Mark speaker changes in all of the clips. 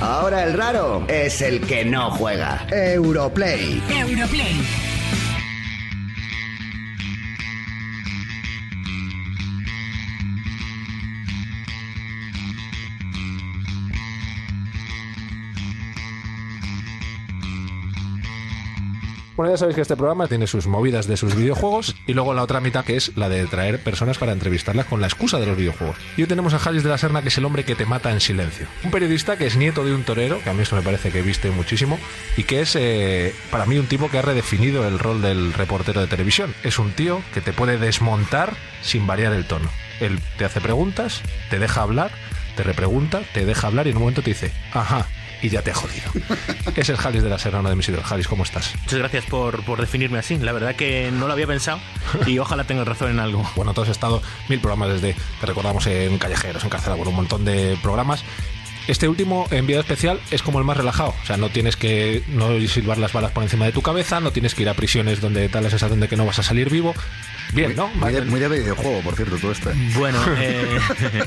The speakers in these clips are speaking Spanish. Speaker 1: Ahora el raro es el que no juega. Europlay.
Speaker 2: Europlay.
Speaker 3: Bueno, ya sabéis que este programa tiene sus movidas de sus videojuegos y luego la otra mitad que es la de traer personas para entrevistarlas con la excusa de los videojuegos. Y hoy tenemos a Jalis de la Serna, que es el hombre que te mata en silencio. Un periodista que es nieto de un torero, que a mí eso me parece que viste muchísimo, y que es eh, para mí un tipo que ha redefinido el rol del reportero de televisión. Es un tío que te puede desmontar sin variar el tono. Él te hace preguntas, te deja hablar, te repregunta, te deja hablar y en un momento te dice, ajá, y ya te ha jodido. es el Jalis de la Serrana de mis ídolos. Jalis, ¿cómo estás?
Speaker 4: Muchas gracias por, por definirme así. La verdad que no lo había pensado y ojalá tengas razón en algo.
Speaker 3: Bueno, tú has estado mil programas desde, te recordamos, en Callejeros, en Carcela, bueno, un montón de programas. Este último enviado especial es como el más relajado, o sea, no tienes que no silbar las balas por encima de tu cabeza, no tienes que ir a prisiones donde tal es esa donde que no vas a salir vivo. Bien, ¿no?
Speaker 5: Muy de, muy de videojuego, por cierto, todo esto.
Speaker 4: Bueno, eh,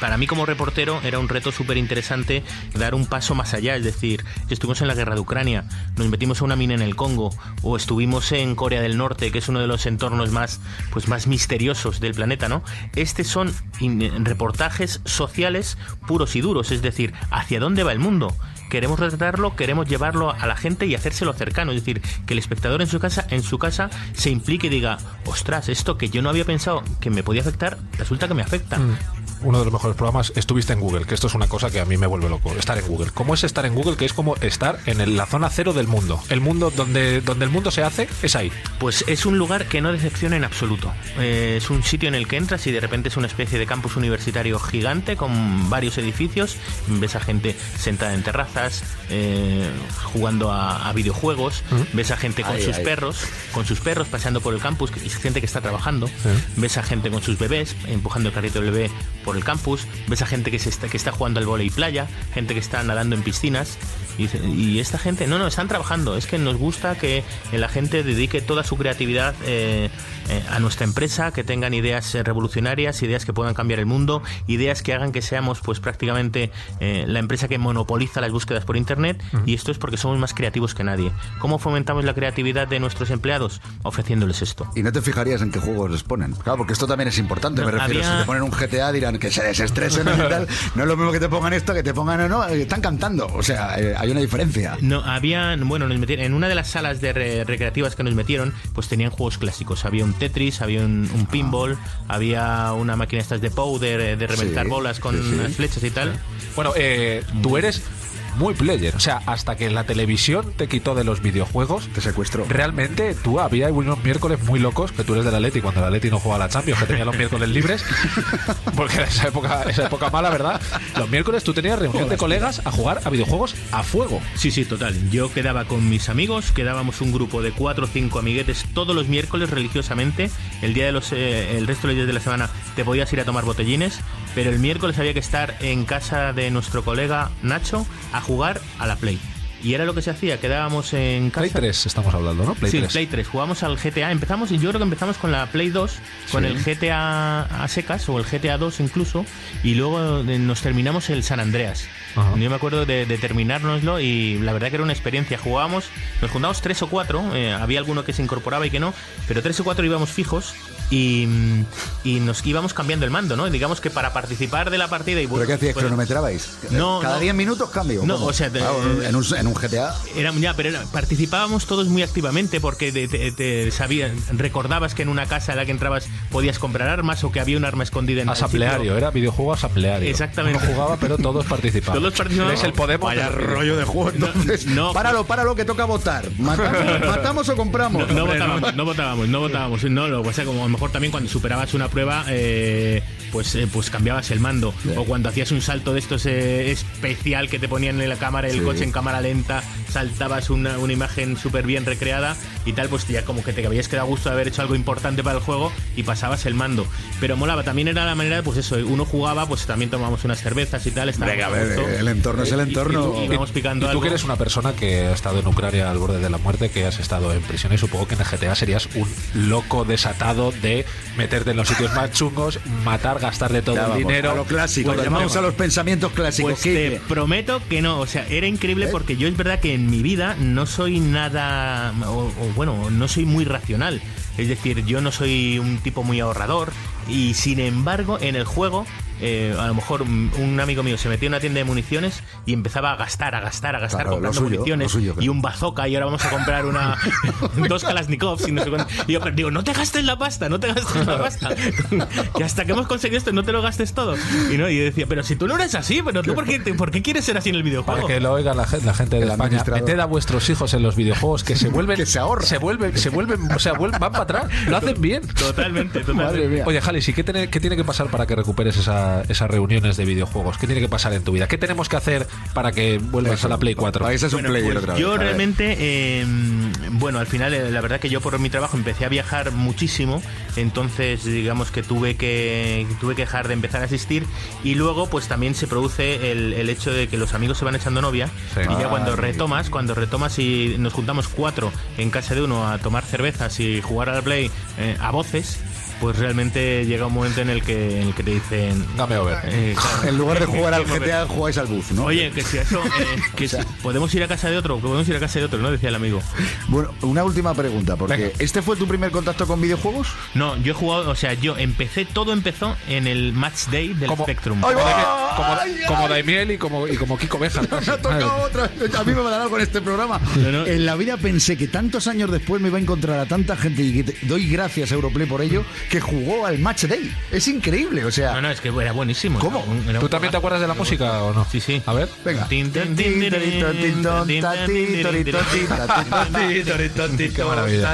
Speaker 4: para mí como reportero era un reto súper interesante dar un paso más allá, es decir, si estuvimos en la guerra de Ucrania, nos metimos a una mina en el Congo, o estuvimos en Corea del Norte, que es uno de los entornos más, pues, más misteriosos del planeta, ¿no? Estos son reportajes sociales puros y duros, es decir, ¿hacia dónde va el mundo? queremos retratarlo, queremos llevarlo a la gente y hacérselo cercano, es decir, que el espectador en su casa, en su casa se implique y diga, ostras, esto que yo no había pensado que me podía afectar, resulta que me afecta. Mm.
Speaker 3: Uno de los mejores programas estuviste en Google, que esto es una cosa que a mí me vuelve loco, estar en Google. ¿Cómo es estar en Google? Que es como estar en el, la zona cero del mundo. El mundo donde, donde el mundo se hace es ahí.
Speaker 4: Pues es un lugar que no decepciona en absoluto. Eh, es un sitio en el que entras y de repente es una especie de campus universitario gigante con varios edificios. Ves a gente sentada en terraza eh, jugando a, a videojuegos, uh -huh. ves a gente con ay, sus ay. perros, con sus perros paseando por el campus, y gente que está trabajando, uh -huh. ves a gente con sus bebés empujando el carrito del bebé por el campus, ves a gente que se está que está jugando al volei playa, gente que está nadando en piscinas y, y, esta gente, no, no, están trabajando, es que nos gusta que la gente dedique toda su creatividad eh, eh, a nuestra empresa, que tengan ideas eh, revolucionarias, ideas que puedan cambiar el mundo, ideas que hagan que seamos pues prácticamente eh, la empresa que monopoliza las búsquedas por internet uh -huh. y esto es porque somos más creativos que nadie. ¿Cómo fomentamos la creatividad de nuestros empleados? Ofreciéndoles esto.
Speaker 5: Y no te fijarías en qué juegos les ponen. Claro, porque esto también es importante, no, me refiero. Había... Si te ponen un GTA dirán que se desestresen y tal. No es lo mismo que te pongan esto, que te pongan o no, eh, están cantando. O sea, eh, hay una diferencia.
Speaker 4: No, había, bueno, nos metieron, en una de las salas de re recreativas que nos metieron, pues tenían juegos clásicos. Había un Tetris, había un, un pinball, ah. había una máquina estas de powder, eh, de reventar sí, bolas con sí, sí. Las flechas y tal.
Speaker 3: Bueno, eh, tú eres muy player. O sea, hasta que la televisión te quitó de los videojuegos.
Speaker 5: Te secuestró.
Speaker 3: Realmente tú había unos miércoles muy locos, que tú eres de la Leti, cuando la Leti no jugaba a la Champions, que tenía los miércoles libres. Porque era esa época, esa época mala, ¿verdad? Los miércoles tú tenías reunión de colegas a jugar a videojuegos a fuego.
Speaker 4: Sí, sí, total. Yo quedaba con mis amigos, quedábamos un grupo de cuatro o cinco amiguetes todos los miércoles religiosamente. El día de los eh, el resto de los días de la semana te podías ir a tomar botellines, pero el miércoles había que estar en casa de nuestro colega Nacho a jugar a la Play. Y era lo que se hacía, quedábamos en casa.
Speaker 3: Play 3 estamos hablando, ¿no?
Speaker 4: Play sí, 3. Play 3. Jugamos al GTA, empezamos, yo creo que empezamos con la Play 2, con sí. el GTA a secas o el GTA 2 incluso, y luego eh, nos terminamos el San Andreas. Ajá. Yo me acuerdo de, de, terminárnoslo y la verdad que era una experiencia. Jugábamos, nos juntábamos tres o cuatro, eh, había alguno que se incorporaba y que no, pero tres o cuatro íbamos fijos y, mm, y, nos íbamos cambiando el mando, ¿no? Digamos que para participar de la partida y
Speaker 5: ¿Pero qué hacías? Pues, ¿Cronometrabais? No, ¿Cada 10 no, minutos cambio?
Speaker 4: No, ¿cómo? o sea...
Speaker 5: Claro, en, un, en, un, GTA...
Speaker 4: Era, ya, pero era, participábamos todos muy activamente porque te, te, te sabías, recordabas que en una casa a la que entrabas podías comprar armas o que había un arma escondida en
Speaker 3: Asambleario, era videojuego asambleario.
Speaker 4: Exactamente.
Speaker 3: No jugaba, pero todos participaban.
Speaker 4: todos participaban.
Speaker 3: Es el Podemos.
Speaker 5: Vaya rollo de juego, entonces. No, no, páralo, páralo, que toca votar. ¿Matamos, matamos o compramos?
Speaker 4: No, votábamos, no votábamos, no votábamos. No, lo o sea, como también cuando superabas una prueba, eh, pues, eh, pues cambiabas el mando. Yeah. O cuando hacías un salto de estos eh, especial que te ponían en la cámara, el sí. coche en cámara lenta, saltabas una, una imagen súper bien recreada y tal, pues ya como que te habías quedado gusto de haber hecho algo importante para el juego y pasabas el mando. Pero molaba, también era la manera, pues eso, uno jugaba, pues también tomábamos unas cervezas y tal. Estaba
Speaker 5: Venga, eh, el, el entorno es el entorno.
Speaker 4: Y, y, y vamos
Speaker 3: ¿Y
Speaker 4: picando
Speaker 3: tú
Speaker 4: algo?
Speaker 3: que eres una persona que ha estado en Ucrania al borde de la muerte, que has estado en prisión y supongo que en el GTA serías un loco desatado de meterte en los sitios más chungos, matar, gastar de todo
Speaker 5: Ya
Speaker 3: el
Speaker 5: vamos,
Speaker 3: dinero.
Speaker 5: a lo clásico.
Speaker 3: todo el
Speaker 5: llamamos
Speaker 3: tema.
Speaker 5: a los pensamientos clásicos.
Speaker 4: Pues
Speaker 5: Kike.
Speaker 4: te prometo que no, o sea, era
Speaker 5: ¿Eh?
Speaker 4: increíble porque yo es verdad que en mi vida no soy nada, o, o bueno, no soy muy racional. Es decir, yo no soy un tipo muy ahorrador y sin embargo en el juego... eh, a lo mejor un un amigo mío se metió en una tienda de municiones y empezaba a gastar, a gastar, a gastar
Speaker 5: Claro, lo
Speaker 4: comprando
Speaker 5: suyo,
Speaker 4: municiones
Speaker 5: lo suyo,
Speaker 4: y
Speaker 5: claro.
Speaker 4: un bazooka y ahora vamos a comprar una dos Kalashnikovs y no sé cuánto. Y yo pero digo, no te gastes la pasta, no te gastes la pasta. que hasta que hemos conseguido esto no te lo gastes todo. Y no, y yo decía, pero si tú no eres así, pero tú por qué, te- por qué quieres ser así en el
Speaker 3: Para
Speaker 4: videojuego?
Speaker 3: que lo oiga la, gen- la gente de
Speaker 5: El
Speaker 3: España.
Speaker 5: administrador.
Speaker 3: Meted a vuestros hijos en los videojuegos que se vuelven.
Speaker 5: Que se ahorran.
Speaker 3: Se vuelven, se vuelven, o sea, vuelven- van para atrás. Lo hacen bien.
Speaker 4: Totalmente,
Speaker 5: Madre
Speaker 4: totalmente.
Speaker 5: mía.
Speaker 3: Oye, Jalis, ¿y qué tiene, qué tiene que pasar para que recuperes esa- esas reuniones de videojuegos? ¿Qué tiene que pasar en tu vida? ¿Qué tenemos que hacer para que vuelvas a la Play 4?
Speaker 5: Ahí ese es un
Speaker 4: Bueno,
Speaker 5: player
Speaker 4: pues
Speaker 5: otra vez.
Speaker 4: yo
Speaker 5: a ver.
Speaker 4: realmente, eh, bueno, al final, eh, la verdad que yo por mi trabajo empecé a viajar muchísimo, entonces digamos que tuve que tuve que dejar de empezar a asistir y luego pues también se produce el, el hecho de que los amigos se van echando novia
Speaker 3: Sí.
Speaker 4: y ya
Speaker 5: Ah,
Speaker 4: cuando retomas, cuando retomas y nos juntamos cuatro en casa de uno a tomar cervezas y jugar al play eh, a voces, pues realmente llega un momento en el que, en el que te dicen...
Speaker 3: Dame over.
Speaker 4: eh, claro,
Speaker 5: En lugar de
Speaker 4: que-
Speaker 5: jugar al
Speaker 4: que-
Speaker 5: GTA, jugáis al bus, ¿no?
Speaker 4: Oye, que si eso, eh, que si- podemos ir a casa de otro, que podemos ir a casa de otro, ¿no? Decía el amigo.
Speaker 5: Bueno, una última pregunta, porque
Speaker 3: Venga.
Speaker 5: ¿este fue tu primer contacto con videojuegos?
Speaker 4: No, yo he jugado, o sea, yo empecé, todo empezó en el match day del
Speaker 3: Como-
Speaker 4: Spectrum.
Speaker 5: ¡Ay,
Speaker 3: Como,
Speaker 5: va!
Speaker 3: Daimiel- como,
Speaker 5: Ah, Ay, ay.
Speaker 3: como Daimiel y como, y como Kiko Bejar.
Speaker 5: Me ha tocado otra. A mí me va a dar algo en este programa.
Speaker 4: No, no.
Speaker 5: En la vida pensé que tantos años después me iba a encontrar a tanta gente y que te- doy gracias a Europlay por ello, que jugó al Match Day. Es increíble, o sea.
Speaker 4: No, no, es que era buenísimo.
Speaker 5: ¿Cómo?
Speaker 4: Era un- era un
Speaker 3: ¿Tú también te
Speaker 4: juegazo.
Speaker 3: acuerdas de la música o no?
Speaker 4: Sí, sí.
Speaker 3: A ver.
Speaker 5: Venga.
Speaker 4: Tin, tin, tin, tin, tin,
Speaker 5: Qué
Speaker 3: maravilla.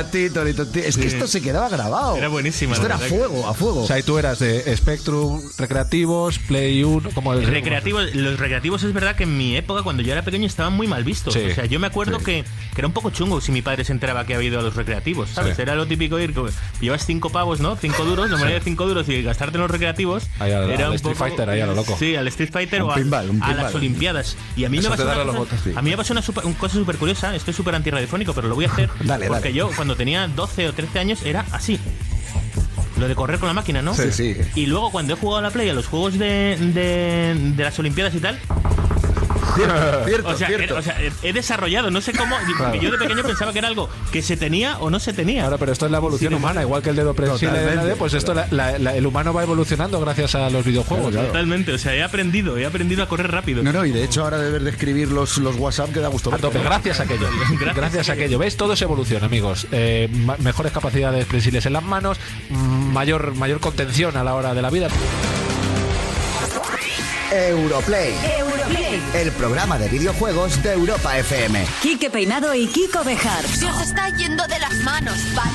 Speaker 5: Es que esto se quedaba grabado.
Speaker 4: Era buenísima,
Speaker 5: Esto
Speaker 4: la
Speaker 5: era a
Speaker 4: verdad que-
Speaker 5: fuego, a fuego.
Speaker 3: O sea, y tú eras de Spectrum, Recreativos, Play 1, como el...
Speaker 4: Recreativos, los recreativos es verdad que en mi época, cuando yo era pequeño, estaban muy mal vistos.
Speaker 3: Sí,
Speaker 4: o sea, yo me acuerdo que, que era un poco chungo si mi padre se enteraba que había ido a los recreativos, ¿sabes?
Speaker 3: Sí.
Speaker 4: Era lo típico ir, que llevas cinco pavos, ¿no? Cinco duros, la manera de cinco duros y gastarte en los recreativos.
Speaker 3: Ahí al-
Speaker 4: era
Speaker 3: al
Speaker 4: un
Speaker 3: Street Fighter, ahí a lo loco.
Speaker 4: Sí, al Street Fighter
Speaker 5: Un
Speaker 4: o a,
Speaker 5: pinball, un
Speaker 4: a las
Speaker 5: pinball.
Speaker 4: Olimpiadas. Y a mí
Speaker 3: Eso
Speaker 4: me
Speaker 3: te
Speaker 4: pasó
Speaker 3: da
Speaker 4: una
Speaker 3: los
Speaker 4: cosa-
Speaker 3: botes, sí.
Speaker 4: a mí me pasó una, super- una cosa súper curiosa, estoy súper antirradiofónico, pero lo voy a hacer
Speaker 5: Dale,
Speaker 4: porque
Speaker 5: dale.
Speaker 4: yo cuando tenía 12 o 13 años era así. Lo de correr con la máquina, ¿no?
Speaker 5: Sí, sí.
Speaker 4: Y luego cuando he jugado a la play, a los juegos de, de, de las Olimpiadas y tal,
Speaker 5: Cierto, cierto,
Speaker 4: o sea,
Speaker 5: cierto.
Speaker 4: he, o sea, he- he desarrollado, no sé cómo, porque yo de pequeño pensaba que era algo que se tenía o no se tenía.
Speaker 3: Ahora, pero esto es la evolución humana, igual que el dedo prensil,
Speaker 5: Totalmente.
Speaker 3: pues esto la- la- la- el humano va evolucionando gracias a los videojuegos.
Speaker 5: Claro, claro.
Speaker 4: Totalmente, o sea, he aprendido, he aprendido a correr rápido.
Speaker 5: No, no, y de hecho ahora de ver de escribir los, los WhatsApp que da gusto.
Speaker 3: A
Speaker 5: verte,
Speaker 3: tope,
Speaker 5: ¿no?
Speaker 3: gracias a aquello.
Speaker 4: Gracias
Speaker 3: Gracias a
Speaker 4: a aquello.
Speaker 3: aquello. ¿Ves? Todo es evolución, amigos. Eh, ma- mejores capacidades prensiles en las manos, mm, mayor, mayor contención a la hora de la vida.
Speaker 1: Europlay,
Speaker 2: Europlay.
Speaker 1: el programa de videojuegos de Europa FM.
Speaker 2: Quique Peinado y Kiko Bejar.
Speaker 6: Se os está yendo de las manos, ¿vale?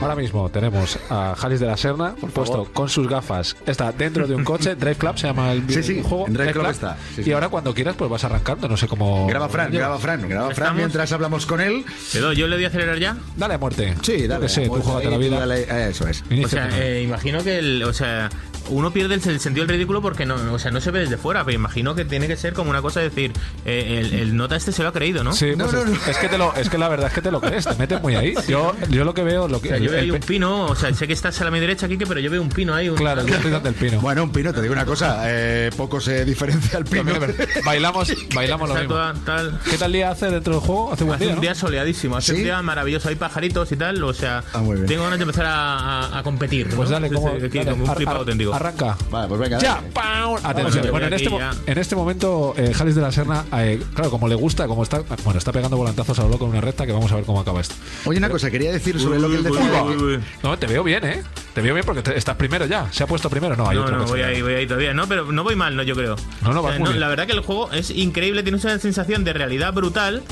Speaker 3: Ahora mismo tenemos a Jalis de la Serna, por puesto con sus gafas. Está dentro de un coche, Drive Club se llama el
Speaker 5: Sí, sí,
Speaker 3: juego.
Speaker 5: en Drive Club está. Sí, sí.
Speaker 3: Y ahora cuando quieras, pues vas arrancando, no sé cómo.
Speaker 5: Graba Fran, graba Fran, graba Fran
Speaker 4: ¿Estamos?
Speaker 5: mientras hablamos con él.
Speaker 4: Te doy, yo le doy a acelerar ya.
Speaker 3: Dale a muerte.
Speaker 5: Sí,
Speaker 3: Yo
Speaker 5: dale.
Speaker 3: que sé, tú
Speaker 5: Pues
Speaker 3: jugate
Speaker 5: ahí,
Speaker 3: la vida.
Speaker 5: dale, eh, eso es.
Speaker 4: O sea,
Speaker 3: Iníciate.
Speaker 4: eh, imagino que el, o sea, uno pierde el, el sentido del ridículo porque no, o sea, no se ve desde fuera, pero imagino que tiene que ser como una cosa de decir, eh, el, el nota este se lo ha creído, ¿no?
Speaker 3: Sí,
Speaker 5: No,
Speaker 3: pues
Speaker 5: no,
Speaker 3: es, es que te lo, es que la verdad es que te lo crees, te metes muy ahí. Yo, yo lo que veo, lo que
Speaker 4: O sea, yo
Speaker 3: el-
Speaker 4: veo ahí un
Speaker 3: el-
Speaker 4: pino, o sea, sé que estás a la mi derecha, Kike, pero yo veo un pino ahí. un-
Speaker 3: claro, yo estoy dando el pino.
Speaker 5: Bueno, un pino, te digo una cosa, eh, poco se diferencia al pino.
Speaker 3: También es verdad. bailamos, bailamos lo mismo.
Speaker 4: estatua, tal.
Speaker 3: ¿Qué tal día hace dentro del juego? Hace un buen
Speaker 4: Hace
Speaker 3: día,
Speaker 4: un
Speaker 3: ¿no?
Speaker 4: día soleadísimo, hace
Speaker 5: ¿Sí?
Speaker 4: un día maravilloso, hay pajaritos y tal, o sea,
Speaker 5: Ah, muy bien.
Speaker 4: tengo ganas de empezar a, a- a competir.
Speaker 3: Pues
Speaker 4: ¿no?
Speaker 3: dale,
Speaker 4: Sí,
Speaker 3: como,
Speaker 4: sí, aquí,
Speaker 3: dale,
Speaker 4: como un
Speaker 3: ar-
Speaker 4: flipado
Speaker 3: ar-
Speaker 4: auténtico.
Speaker 3: Arranca.
Speaker 5: Vale, pues venga.
Speaker 3: ¡Ya!
Speaker 5: dale.
Speaker 3: ¡Pau!
Speaker 4: Vamos, yo
Speaker 3: Atención.
Speaker 4: voy
Speaker 3: Bueno, en
Speaker 4: aquí
Speaker 3: este, mo-
Speaker 4: ya.
Speaker 3: en este momento, eh, Jalis de la Serna, eh, claro, como le gusta, como está, bueno, está pegando volantazos a lo loco en una recta, que vamos a ver cómo acaba esto.
Speaker 5: Oye, una cosa, quería decir sobre lo que él
Speaker 4: Uy, uy,
Speaker 5: decía.
Speaker 4: uy,
Speaker 5: que-
Speaker 4: uy, uy.
Speaker 3: No, te veo bien, ¿eh? Te veo bien porque te- estás primero ya. ¿Se ha puesto primero? No, hay
Speaker 4: No,
Speaker 3: otro
Speaker 4: no,
Speaker 3: que
Speaker 4: voy
Speaker 3: se-
Speaker 4: ahí, voy ahí todavía. No, pero no voy mal, no, yo creo.
Speaker 3: No, no, vas muy bien.
Speaker 4: La verdad que el juego es increíble, tiene una sensación de realidad brutal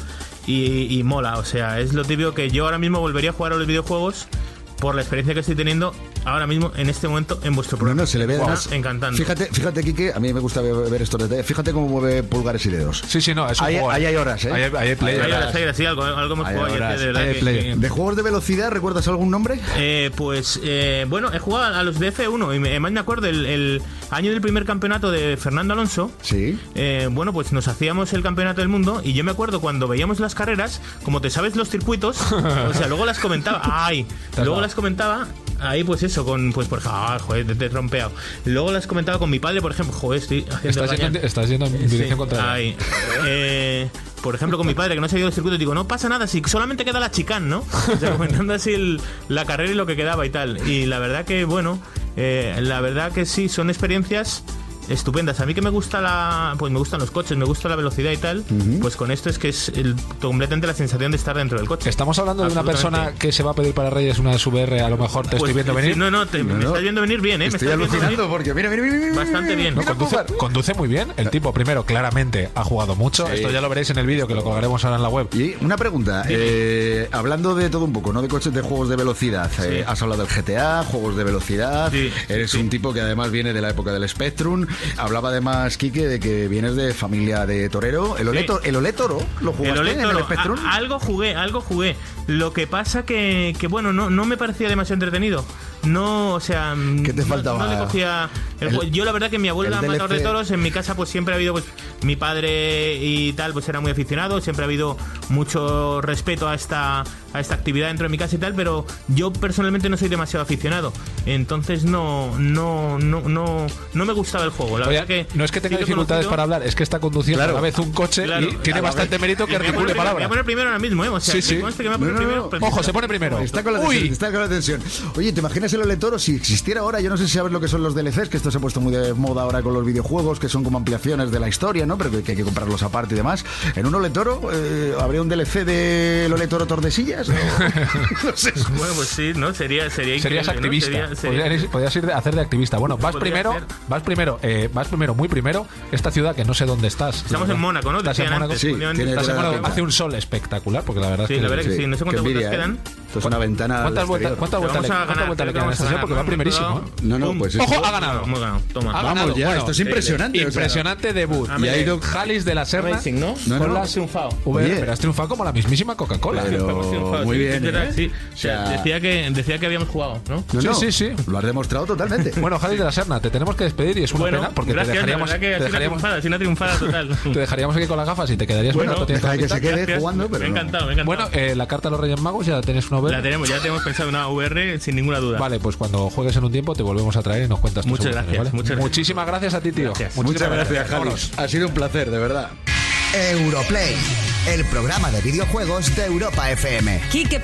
Speaker 4: y, y mola. O sea, es lo típico que yo ahora mismo volvería a jugar a los videojuegos por la experiencia que estoy teniendo ahora mismo, en este momento, en vuestro
Speaker 5: No,
Speaker 4: programa.
Speaker 5: no, se le ve
Speaker 4: Está
Speaker 5: además-
Speaker 4: encantando.
Speaker 5: Fíjate, fíjate, Quique, a mí me gusta ver ver estos detalles. Fíjate cómo mueve pulgares y dedos.
Speaker 3: Sí, sí, no, es un
Speaker 5: Ahí-
Speaker 3: juego.
Speaker 5: ahí hay horas, ¿eh?
Speaker 3: Ahí hay, ahí hay play.
Speaker 4: Ahí eh.
Speaker 3: horas.
Speaker 4: ahora, ahí ahora, sí, algo, algo hemos
Speaker 5: Ahí
Speaker 4: jugado ayer,
Speaker 5: horas,
Speaker 4: de verdad
Speaker 5: ahí
Speaker 4: que-
Speaker 5: play.
Speaker 4: que-
Speaker 5: ¿De juegos de velocidad recuerdas algún nombre?
Speaker 4: Eh, pues eh, bueno, he jugado a los de F1 y me, además me acuerdo el, el año del primer campeonato de Fernando Alonso.
Speaker 5: Sí.
Speaker 4: Eh, bueno, pues nos hacíamos el campeonato del mundo y yo me acuerdo cuando veíamos las carreras, como te sabes los circuitos, o sea, luego las comentaba, ay, luego las comentaba, ahí pues eso, con, pues por ejemplo, ah, joder, te, te he trompeado. Luego las comentaba con mi padre, por ejemplo, joder, estoy haciendo
Speaker 3: Estás,
Speaker 4: caña.
Speaker 3: yendo, estás yendo en
Speaker 4: Sí,
Speaker 3: dirección contraria.
Speaker 4: ahí. Eh, por ejemplo, con mi padre, que no se dio el circuito, digo, no pasa nada, si solamente queda la chicán, ¿no? O sea, comentando así el- la carrera y lo que quedaba y tal. Y la verdad que, bueno, eh, la verdad que sí, son experiencias estupendas. A mí que me gusta la. Pues me gustan los coches, me gusta la velocidad y tal. Pues con esto es que es el- completamente la sensación de estar dentro del coche.
Speaker 3: Estamos hablando de una
Speaker 4: Absolutamente.
Speaker 3: persona que se va a pedir para Reyes una SVR, a lo mejor te estoy
Speaker 4: Pues,
Speaker 3: viendo
Speaker 4: sí,
Speaker 3: venir.
Speaker 4: No, no, te- me
Speaker 5: no.
Speaker 4: estás viendo venir bien, ¿eh?
Speaker 5: Estoy
Speaker 4: me estás viendo venir.
Speaker 5: alucinando porque mira, mira, mira, mira, mira,
Speaker 4: Bastante bien.
Speaker 5: mira,
Speaker 4: No,
Speaker 3: Conduce,
Speaker 5: Pulgar.
Speaker 3: conduce muy bien. El tipo, primero, claramente ha jugado mucho. Esto ya lo veréis en el vídeo que lo colgaremos ahora en la web.
Speaker 5: Y una pregunta, eh, hablando de todo un poco, ¿no? De coches, de juegos de velocidad. eh, has hablado del GTA, juegos de velocidad.
Speaker 4: Sí,
Speaker 5: eres
Speaker 4: sí.
Speaker 5: un tipo que además viene de la época del Spectrum. Hablaba además, Quique, de que vienes de familia de torero. El Ole,
Speaker 4: Sí.
Speaker 5: Toro- el Ole Toro, ¿lo jugaste
Speaker 4: El Olé
Speaker 5: en el
Speaker 4: Toro,
Speaker 5: Spectrum?
Speaker 4: a- algo jugué, algo jugué. Lo que pasa que, que, bueno, no, no me parecía demasiado entretenido. No, o sea, mm,
Speaker 5: ¿Qué te
Speaker 4: no-
Speaker 5: faltaba?
Speaker 4: No, le cogía el
Speaker 5: El-
Speaker 4: jue- yo la verdad que mi abuela
Speaker 5: el
Speaker 4: matador de
Speaker 5: DLC.
Speaker 4: toros, en mi casa pues siempre ha habido pues mi padre y tal pues era muy aficionado, siempre ha habido mucho respeto a esta a esta actividad dentro de mi casa y tal, pero yo personalmente no soy demasiado aficionado. Entonces no no no no no me gustaba el juego. La
Speaker 3: Oye,
Speaker 4: verdad que
Speaker 3: no es que tenga
Speaker 4: sí he
Speaker 3: dificultades
Speaker 4: conocido-
Speaker 3: para hablar, es que está conduciendo
Speaker 5: Claro.
Speaker 3: a la vez un coche
Speaker 4: Claro.
Speaker 3: y tiene
Speaker 4: A la
Speaker 3: bastante mérito que
Speaker 4: Me voy a
Speaker 3: articule
Speaker 4: poner- me voy a
Speaker 3: palabras.
Speaker 4: poner primero ahora mismo, ¿eh? O sea,
Speaker 3: Sí, sí.
Speaker 4: que conste que me voy a
Speaker 5: No, no,
Speaker 4: poner
Speaker 5: no.
Speaker 4: primero.
Speaker 3: Ojo, se pone primero.
Speaker 5: Está con, la tensión,
Speaker 3: Uy,
Speaker 5: está con la tensión. Oye, ¿te imaginas el Ole Toro? Si existiera ahora, yo no sé si sabes lo que son los DLCs, que esto se ha puesto muy de moda ahora con los videojuegos, que son como ampliaciones de la historia, ¿no? Pero que, que hay que comprarlos aparte y demás. ¿En un Ole Toro eh, habría un DLC de Ole Toro Tordesillas? no sé.
Speaker 4: Bueno, pues sí, ¿no? Sería, sería
Speaker 3: serías
Speaker 4: increíble, ¿no?
Speaker 3: activista.
Speaker 4: Sería- sería-
Speaker 3: Podrías, podrías ir a hacer de activista. Bueno, vas
Speaker 4: Podría
Speaker 3: primero,
Speaker 4: ser.
Speaker 3: vas primero, eh, vas primero, muy primero. Esta ciudad que no sé dónde estás.
Speaker 4: Estamos en Mónaco, ¿no?
Speaker 3: Estás en
Speaker 4: Decían
Speaker 3: Mónaco.
Speaker 4: antes,
Speaker 5: Sí,
Speaker 4: últimamente
Speaker 5: tiene-
Speaker 3: Estás en
Speaker 5: tiene-
Speaker 3: Mónaco.
Speaker 5: tiene-
Speaker 3: Hace un sol espectacular, porque la verdad
Speaker 4: Sí,
Speaker 3: es que.
Speaker 4: la verdad que sí. No sé cuántas
Speaker 5: qué ¿eh?
Speaker 4: vueltas quedan.
Speaker 5: Esto es una ventana.
Speaker 3: ¿Cuántas
Speaker 5: al
Speaker 3: vueltas,
Speaker 5: exterior.
Speaker 3: cuántas
Speaker 4: Pero
Speaker 3: vueltas le,
Speaker 4: vamos a
Speaker 3: cuántas
Speaker 4: ganar,
Speaker 3: vueltas le
Speaker 4: creo que
Speaker 3: quedan a
Speaker 4: vamos
Speaker 3: esta
Speaker 4: a
Speaker 3: ciudad? Porque va
Speaker 4: ganar.
Speaker 3: primerísimo. ¿eh?
Speaker 5: No, no,
Speaker 4: Pum.
Speaker 5: pues
Speaker 3: ¡Ojo!
Speaker 5: esto-
Speaker 3: Ha ganado.
Speaker 4: Hemos ganado. Toma.
Speaker 3: Ha
Speaker 5: Vamos
Speaker 3: ganado.
Speaker 5: ya,
Speaker 3: Bueno,
Speaker 5: esto es
Speaker 4: eh,
Speaker 5: impresionante, o sea.
Speaker 3: Impresionante debut.
Speaker 4: Ah, mira.
Speaker 3: Y ha ido Jalis de la Serna.
Speaker 4: Racing, ¿no?
Speaker 5: No,
Speaker 3: con
Speaker 5: no.
Speaker 3: las- VR,
Speaker 5: Oye.
Speaker 3: pero has triunfado como la mismísima Coca-Cola.
Speaker 5: Pero muy
Speaker 4: Sí,
Speaker 5: bien.
Speaker 4: etcétera,
Speaker 5: ¿eh?
Speaker 4: Sí,
Speaker 5: O
Speaker 4: O sea,
Speaker 5: sea,
Speaker 4: decía que, decía que habíamos jugado, ¿no?
Speaker 5: no,
Speaker 3: Sí,
Speaker 5: no,
Speaker 3: sí, sí.
Speaker 5: Lo has demostrado totalmente.
Speaker 3: Bueno, Jalis de la Serna, te tenemos que despedir y es una
Speaker 4: Bueno,
Speaker 3: pena porque
Speaker 4: gracias,
Speaker 3: te dejaríamos.
Speaker 4: la verdad que
Speaker 3: te
Speaker 4: ha sido una
Speaker 3: dejaríamos-
Speaker 4: triunfada, ha sido una triunfada
Speaker 3: Te
Speaker 4: total.
Speaker 3: dejaríamos aquí con las gafas y te quedarías
Speaker 4: Bueno,
Speaker 3: bueno,
Speaker 5: deja de que se quede
Speaker 4: Gracias.
Speaker 5: jugando,
Speaker 4: me
Speaker 5: pero
Speaker 4: ha
Speaker 5: no.
Speaker 4: encantado, me ha encantado.
Speaker 3: Bueno, eh, la carta a los Reyes Magos ya la tenés una
Speaker 4: la
Speaker 3: VR.
Speaker 4: tenemos, ya tenemos pensado una VR sin ninguna duda.
Speaker 3: Vale, pues cuando juegues en un tiempo te volvemos a traer y nos cuentas tus
Speaker 4: Muchas
Speaker 3: evoluciones,
Speaker 4: gracias,
Speaker 3: ¿vale?
Speaker 4: muchas gracias.
Speaker 3: Muchísimas gracias a ti, tío.
Speaker 4: Gracias.
Speaker 3: Muchísimas
Speaker 5: Muchas gracias,
Speaker 3: Vámonos.
Speaker 5: Javis. Ha sido un placer, de verdad.
Speaker 1: Europlay, el programa de videojuegos de Europa FM.
Speaker 2: Quique